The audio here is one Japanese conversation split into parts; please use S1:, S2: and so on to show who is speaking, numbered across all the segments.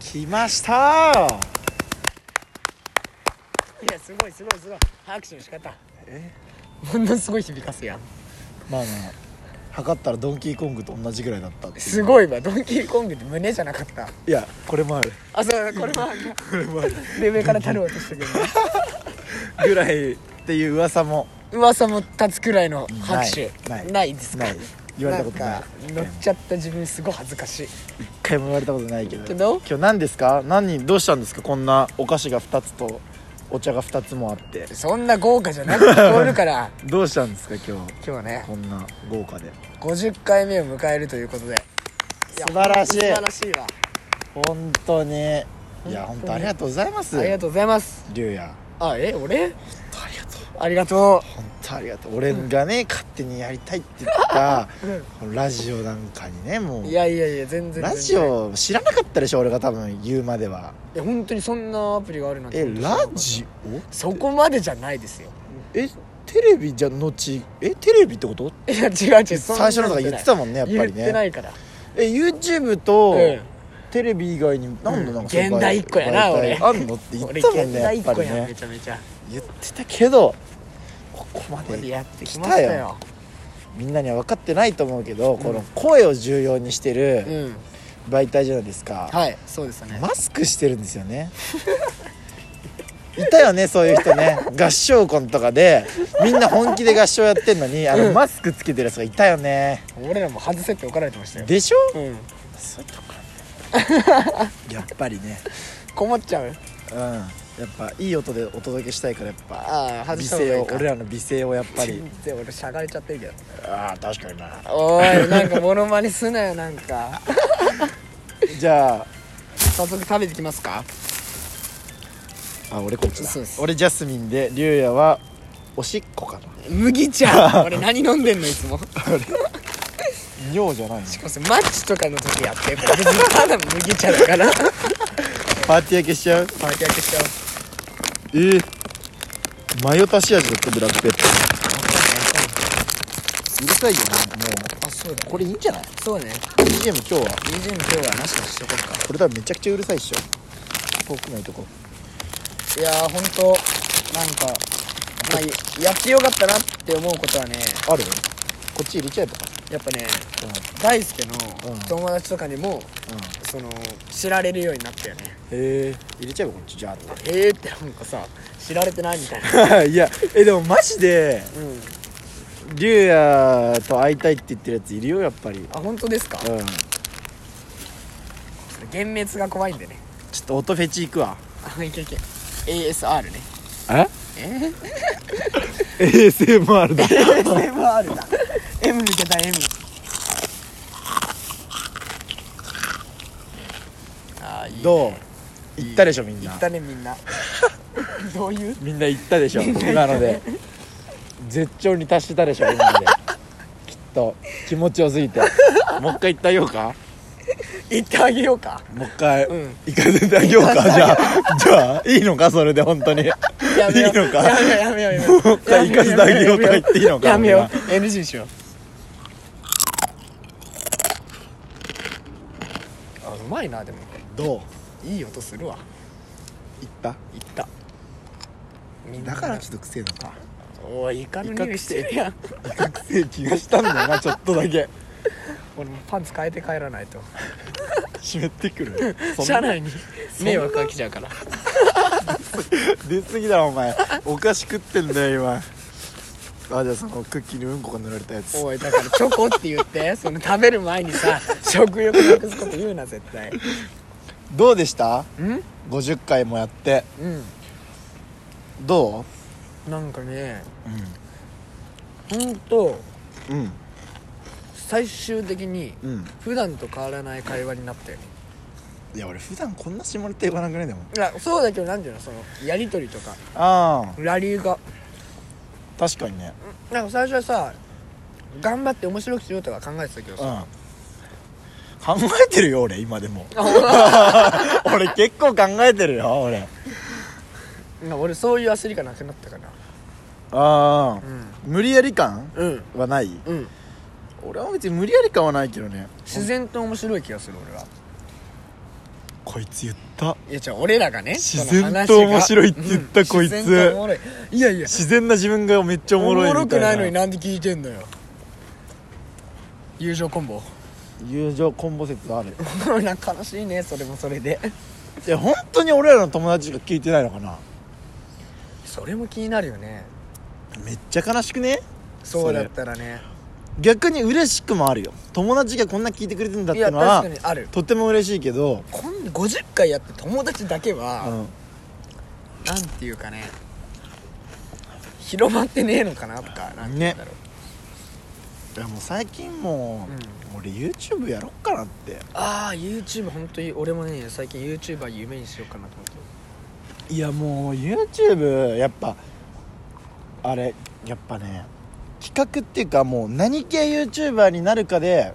S1: 来ました
S2: いやすごいすごいすごい拍手の仕方
S1: え
S2: ものすごい響かすやん
S1: まあまあ測ったらドンキーコングと同じぐらいだったっていう
S2: すごいわドンキーコングって胸じゃなかっ
S1: い
S2: た
S1: やこれもある
S2: あそうこれはで上から垂れ落としてくる
S1: ぐらいっていう噂も
S2: 噂も立つくらいの拍手
S1: ないない
S2: ですか
S1: ない言われたことない
S2: んか乗っちゃった自分すごい恥ずかしい
S1: 一回も言われたことないけど
S2: けど
S1: 今日何ですか何人どうしたんですかこんなお菓子が2つとお茶が2つもあって
S2: そんな豪華じゃなくて聞こえるから
S1: どうしたんですか今日
S2: 今日はね
S1: こんな豪華で
S2: 50回目を迎えるということでいや
S1: 素晴らしい
S2: 素晴らしいわ
S1: 本当にいや
S2: 本
S1: 本
S2: 当に
S1: 当ありがとうございます
S2: ありがとうございます
S1: りゅうや
S2: あえ俺
S1: 本当ありがとう
S2: ありがと
S1: 本当ありがとう俺がね、勝手にやりたいって言ったこのラジオなんかにねも
S2: う
S1: う
S2: いやいやいや全然全然
S1: ラジオ知らなかったでしょ俺が多分言うまではい
S2: や本当にそんなアプリがあるなんて
S1: えラジオ
S2: そこまでじゃないですよ
S1: えテレビじゃ後えテレビってこと
S2: いや違う違うそんな
S1: 最初のとか言ってたもんねやっぱり
S2: 言ってな
S1: ね
S2: いから
S1: え YouTube と
S2: うん
S1: テレビ以外に何のなんかそういう
S2: 現代一個やな
S1: 媒
S2: 俺
S1: 体あんのって言ってたもんねやっ
S2: 俺現代一
S1: ぱ
S2: 個
S1: り
S2: やんめ
S1: ね
S2: ちゃめちゃ
S1: 言ってたけどここま
S2: これで
S1: で
S2: やってきましたよ
S1: みんなには分かってないと思うけどこの声を重要にして
S2: う
S1: る
S2: ん
S1: 媒体じゃないですか
S2: はいそうですね
S1: マスクしてるんですよねいたよねそういう人ね合唱コンとかでみんな本気で合唱やってんのにあのマスクつけてるやつがいたよね
S2: 俺らも外せって怒られてましたよ
S1: でしょ
S2: うん
S1: そういうとこやっぱりね
S2: こもっちゃう
S1: うんやっぱいい音でお届けしたいからやっぱ
S2: ああ外
S1: 美
S2: した方が
S1: 声
S2: い
S1: を
S2: いか
S1: 俺らの美声をやっぱり
S2: 全然俺しゃがれちゃってるけど
S1: ああ確かにな
S2: おいなんかモノマネすなよなんか
S1: じゃあ
S2: 早速食べてきますか
S1: あ俺こっちだ
S2: そうです
S1: 俺ジャスミンで龍也はおしっこかな
S2: 麦 茶俺何飲んでんのいつも
S1: 尿じゃないの
S2: しかもそれマッチとかの時やってこ れ別にただ麦茶だから
S1: パーティー焼けしちゃう
S2: パーティー開けちゃおう
S1: えー、マヨ足し味だってブラックペッパーうるさいよなも
S2: あそうだ
S1: うこれいいんじゃない
S2: そうね
S1: BGM 今日は
S2: BGM 今日はなしとしとこう
S1: これ多分めちゃくちゃうるさいっしょ遠くないとこ
S2: かいやーほんとなんか、まあ、やってよかったなって思うことはね
S1: あるこっち入れちゃえば
S2: やっぱね
S1: うん
S2: 大輔
S1: うん
S2: の友達とかにも、
S1: うん
S2: その知られるようになったよね
S1: へえ入れちゃえばこっちじゃあって
S2: えーってなんかさ知られてないみたいな
S1: いやえでもマジで
S2: うん
S1: 竜也と会いたいって言ってるやついるよやっぱりうん
S2: あ本当ですか
S1: ちょ
S2: 幻滅が怖いんでね
S1: っと音フェチ行く わ
S2: あいけいけ ASR ね
S1: え
S2: え
S1: ASMR だ
S2: ASMR だ M 抜けた M ああいいね
S1: どう行ったでしょみん
S2: 行
S1: な
S2: ったねみ んなどういう
S1: みんな行ったでしょ今ので絶頂に達したでしょ今のできっと気持ちよすぎてもう一回行ってあげようか
S2: 行ってあげようか
S1: もう一回、
S2: うん
S1: 行かせてあげよう かじゃあじゃあいいのかそれで本当に
S2: やめ
S1: い
S2: よう
S1: いのか
S2: やめようやめようやめよう
S1: もう一回行かせてあげようとか言っていいのか
S2: やめよう NG にしようあうまいなでも
S1: どう
S2: いい音するわ
S1: 行った
S2: いったみんな
S1: だからちょっと癖なのか
S2: おいイカの匂いしてるやん
S1: 威嚇性気がしたんだよなちょっとだけ
S2: 俺もパンツ変えて帰らないと
S1: 湿ってくるそん
S2: 車
S1: な
S2: 内に迷惑かけちゃうから
S1: 出過ぎだろお前お菓子食ってんだよ今あじゃあそのクッキーにうんこが塗られたやつ
S2: おいだからチョコって言って その食べる前にさ食欲なくすこと言うな絶対
S1: どうでした
S2: うん
S1: 50回もやって
S2: う
S1: ど
S2: んなんかね
S1: う
S2: ほんと
S1: うんうん
S2: 最終的に
S1: うん
S2: 普段と変わらない会話になったよね
S1: いや俺普段こんな下ネタ言わなくねでも
S2: いやそうだけどなんていうのそのやり取りとか
S1: ああ
S2: ラリーが
S1: 確かにね
S2: なんか最初はさ頑張って面白くしようとか考えてたけど
S1: う
S2: さ、
S1: ん考えてるよ俺今でも 俺結構考えてるよ俺
S2: なんか俺そういう焦りがなくなったかな
S1: ああ
S2: う
S1: 無理やり感
S2: んうん
S1: はない
S2: うん
S1: 俺は別に無理やり感はないけどね
S2: 自然と面白い気がする俺は
S3: こいつ言った
S2: いやじゃあ俺らがね
S3: 自然と面白いって言ったこい
S2: 自然とお
S3: つ
S2: もろいいやいや
S3: 自然な自分がめっちゃおもろいみたいな
S2: くないのになんで聞いてんのよ友情コンボ
S1: 友情コンボ説ある
S2: なんか悲しいねそれもそれで
S1: いや本当に俺らの友達が聞いてないのかな
S2: それも気になるよね
S1: めっちゃ悲しくね
S2: そうだったらね
S1: 逆に嬉しくもあるよ友達がこんな聞いてくれてんだっ
S2: い
S1: て
S2: や
S1: の
S2: 確
S1: は
S2: かにある
S1: とっても嬉しいけど、
S2: こん50回やって友達だけ
S1: う
S2: は、
S1: ん、
S2: なんていうかね広まってねえのかなとかなんて言うんだろう、
S1: いやもう最近もう、
S2: うん
S1: 俺 YouTube やろっかなって
S2: ああ YouTube 本当に俺もね最近 YouTuber 夢にしようかなと思って
S1: いやもう YouTube やっぱあれやっぱね企画っていうかもう何系 YouTuber になるかで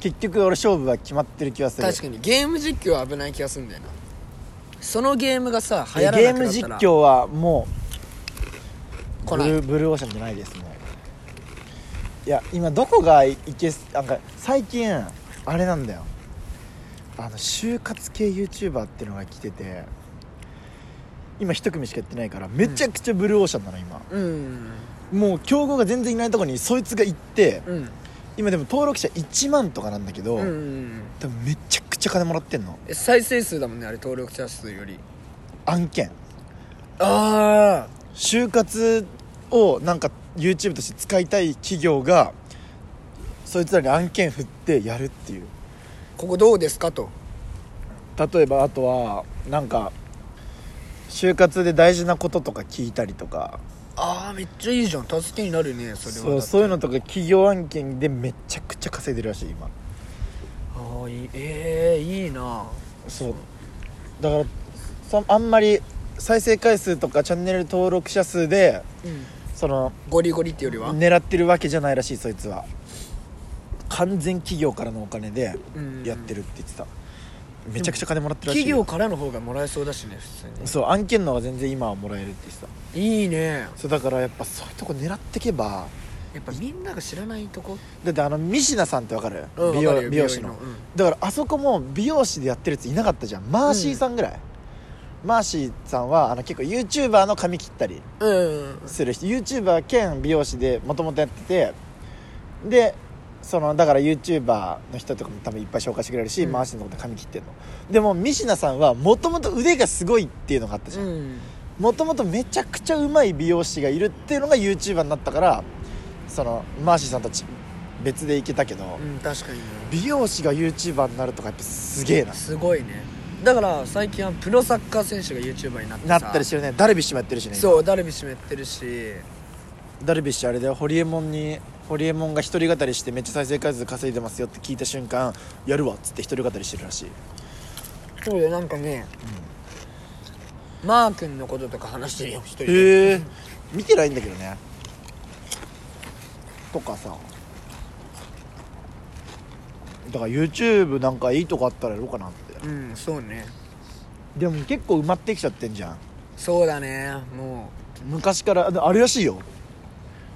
S1: 結局俺勝負は決まってる気がする
S2: 確かにゲーム実況は危ない気がするんだよなそのゲームがさ流
S1: いや
S2: 行らなく
S1: ゲー
S2: なったら
S1: ム実況はもう
S2: 来
S1: ブ
S2: ない
S1: ルーブルーオーシャンじゃないですもういや今どこがいいけすなんか最近あれなんだよあの就活系 YouTuber っていうのが来てて今一組しかやってないからめちゃくちゃブルーオーシャンなの今、
S2: うん
S1: もう競合が全然いないとこにそいつが行って
S2: うん
S1: 今でも登録者1万とかなんだけど、
S2: うんうん
S1: 多分めちゃくちゃ金もらってんの
S2: え再生数だもんねあれ登録者数より
S1: 案件
S2: ああ
S1: 就活をなんか YouTube として使いたい企業がそいつらに案件振ってやるっていう
S2: ここどうですかと
S1: 例えばあとはなんか就活で大事なこととか聞いたりとか
S2: ああめっちゃいいじゃん助けになるねそれは
S1: そうそういうのとか企業案件でめちゃくちゃ稼いでるらしい今
S2: ああいいええいいな
S1: そうだからそあんまり再生回数とかチャンネル登録者数で
S2: うん
S1: その
S2: ゴリゴリってよりは、
S1: 狙ってるわけじゃないらしいそいつは完全企業からのお金で
S2: うん
S1: やってるって言ってた、めちゃくちゃ金もらってるらしい
S2: 企業からの方がもらえそうだしね普通
S1: そう案件の方が全然今はもらえるって言ってた
S2: にいいね
S1: そうだからやっぱそういうとこ狙ってけば
S2: やっぱみんなが知らないとこ、
S1: だってあの三品さんってわかる、
S2: うん
S1: 美
S2: わ
S1: 容
S2: かるよ
S1: 美容師の
S2: うん
S1: だからあそこも美容師でやってるやついなかったじゃんマーシーさんぐらい、マーシーさんはあの結構 YouTuber の髪切ったり
S2: うん
S1: する人 YouTuber 兼美容師でもともとやっててでそのだから YouTuber の人とかも多分いっぱい紹介してくれるし、
S2: うん
S1: マーシーのこと髪切ってんのでも三品さんはもともと腕がすごいっていうのがあったじゃん
S2: うん
S1: もともとめちゃくちゃうまい美容師がいるっていうのが YouTuber になったからそのマーシーさんとち別で行けたけど、
S2: うん確かにね
S1: 美容師が YouTuber になるとかやっぱすげえな
S2: すごいねだから最近はプロサッカー選手が YouTuber になって
S1: な
S2: さ
S1: ったりしてるねダルビッシュもやってるしね
S2: そうダルビッシュもやってるし
S1: ダルビッシュあれだよホリエモンにホリエモンが一人語りしてめっちゃ再生回数稼いでますよって聞いた瞬間やるわっつって一人語りしてるらしい
S2: そうだよなんかね、マー君のこととか話してるよ一人で
S1: へえ見てないんだけどねとかさだから YouTube なんかいいとこあったらやろうかなって
S2: うんそうね
S1: でも結構埋まってきちゃってんじゃん
S2: そうだねも
S1: 昔からであれらしいよ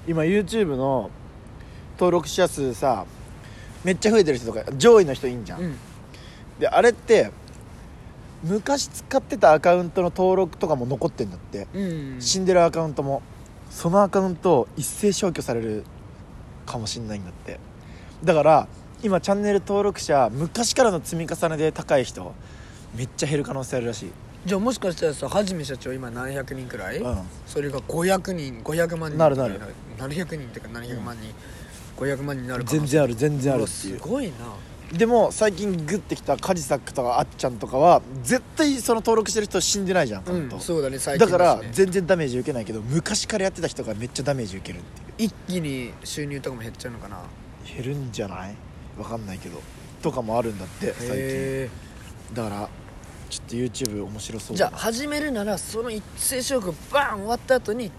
S1: 今 YouTube の登録者数さめっちゃ増えてる人とか上位の人いんじゃん、
S2: ううん
S1: であれって昔使ってたアカウントの登録とかも残ってんだって、
S2: うん
S1: 死んでるアカウントもそのアカウントを一斉消去されるかもしんないんだってだから今チャンネル登録者昔からの積み重ねで高い人めっちゃ減る可能性あるらしい
S2: じゃあもしかしたらさはじめ社長今何百人くらい、
S1: うん
S2: それが500人500万人
S1: なるなる
S2: 700人っていうか700万人、500万人になるか
S1: 全然ある全然あるっていう
S2: すごいな
S1: でも最近グッてきたカジサックとかあっちゃんとかは絶対その登録してる人死んでないじゃんアカ
S2: う
S1: ウント
S2: んそうだね最近
S1: だから
S2: しね
S1: 全然ダメージ受けないけど昔からやってた人がめっちゃダメージ受けるっていう
S2: 一気に収入とかも減っちゃうのかな
S1: 減るんじゃないわかんないけどとかもあるんだって最近
S2: へ
S1: だからちょっと YouTube 面白そ
S2: え
S1: う
S2: じゃ
S1: だ
S2: あ
S1: な
S2: 始めるならその一斉消去バーン終わった後に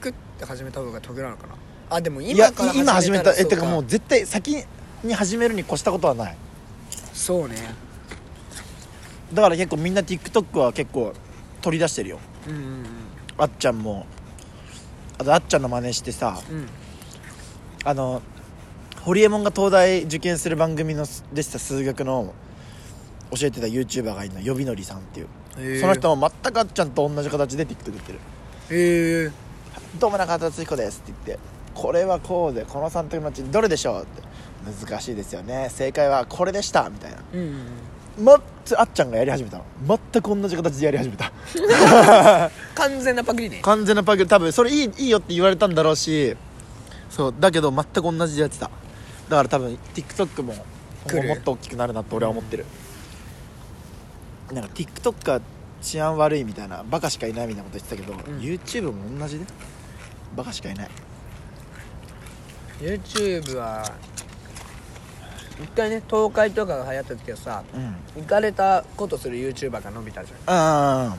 S2: クッて始めた方が得なのかなあでも
S1: いや
S2: 今から
S1: 今始めた
S2: ら
S1: えてか
S2: そう
S1: もう絶対先に始めるに越したことはない
S2: そうね
S1: だから結構みんな TikTok は結構取り出してるよ
S2: うんうん
S1: あっちゃんもあとあっちゃんの真似してさ
S2: うんうん
S1: あのホリエモンが東大受験する番組のでした数学の教えてた YouTuber がいるの予備のりさんっていう、
S2: へえ
S1: その人も全くあっちゃんと同じ形で TikTok やってる
S2: へえ
S1: 「どうも中田敦彦です」って言って「これはこうでこの3択のうちどれでしょう?」って難しいですよね正解はこれでしたみたいな
S2: うんうん
S1: まっつあっちゃんがやり始めたの全く同じ形でやり始めた
S2: 完全なパクリね
S1: 完全なパクリ多分それいいいいよって言われたんだろうしそうだけど全く同じでやってただから多分 TikTok も今
S2: 来
S1: 後
S2: る
S1: もっと大きくなるなって俺は思ってる、なんか TikTok が治安悪いみたいなバカしかいないみたいなこと言ってたけど、
S2: ん
S1: YouTube も同じでバカしかいない
S2: YouTube は一回ね東海とかが流行った時はさ
S1: うん
S2: 行かれたことする YouTuber が伸びたじゃん
S1: ああ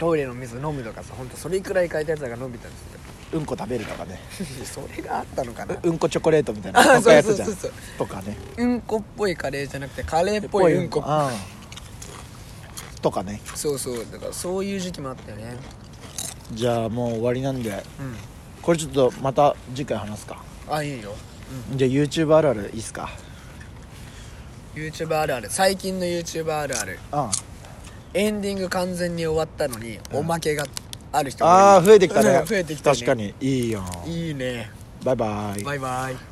S2: トイレの水飲むとかさ本当それくらい書いたやつらが伸びたんですよ
S1: うんこ食べるとかね
S2: それがあったのかな
S1: うんこチョコレートみたいな
S2: あ
S1: なんか
S2: そ
S1: やっ
S2: うそ
S1: た
S2: う
S1: じゃん
S2: そうそう
S1: とかね
S2: うんこっぽいカレーじゃなくてカレーっぽいうんこ
S1: ああとかね
S2: そうそうだからそういう時期もあったよね
S1: じゃあもう終わりなんで
S2: うん
S1: これちょっとまた次回話すか
S2: あいいよ
S1: じゃあ YouTube あるあるいいっすか
S2: YouTuber あるある最近の YouTuber あるある
S1: うんあ
S2: エンディング完全に終わったのにおまけがある人がいる
S1: あー増えてきたね
S2: うん増えてきたね
S1: 確かにいいよ
S2: いいね
S1: バイバイ
S2: バイバイ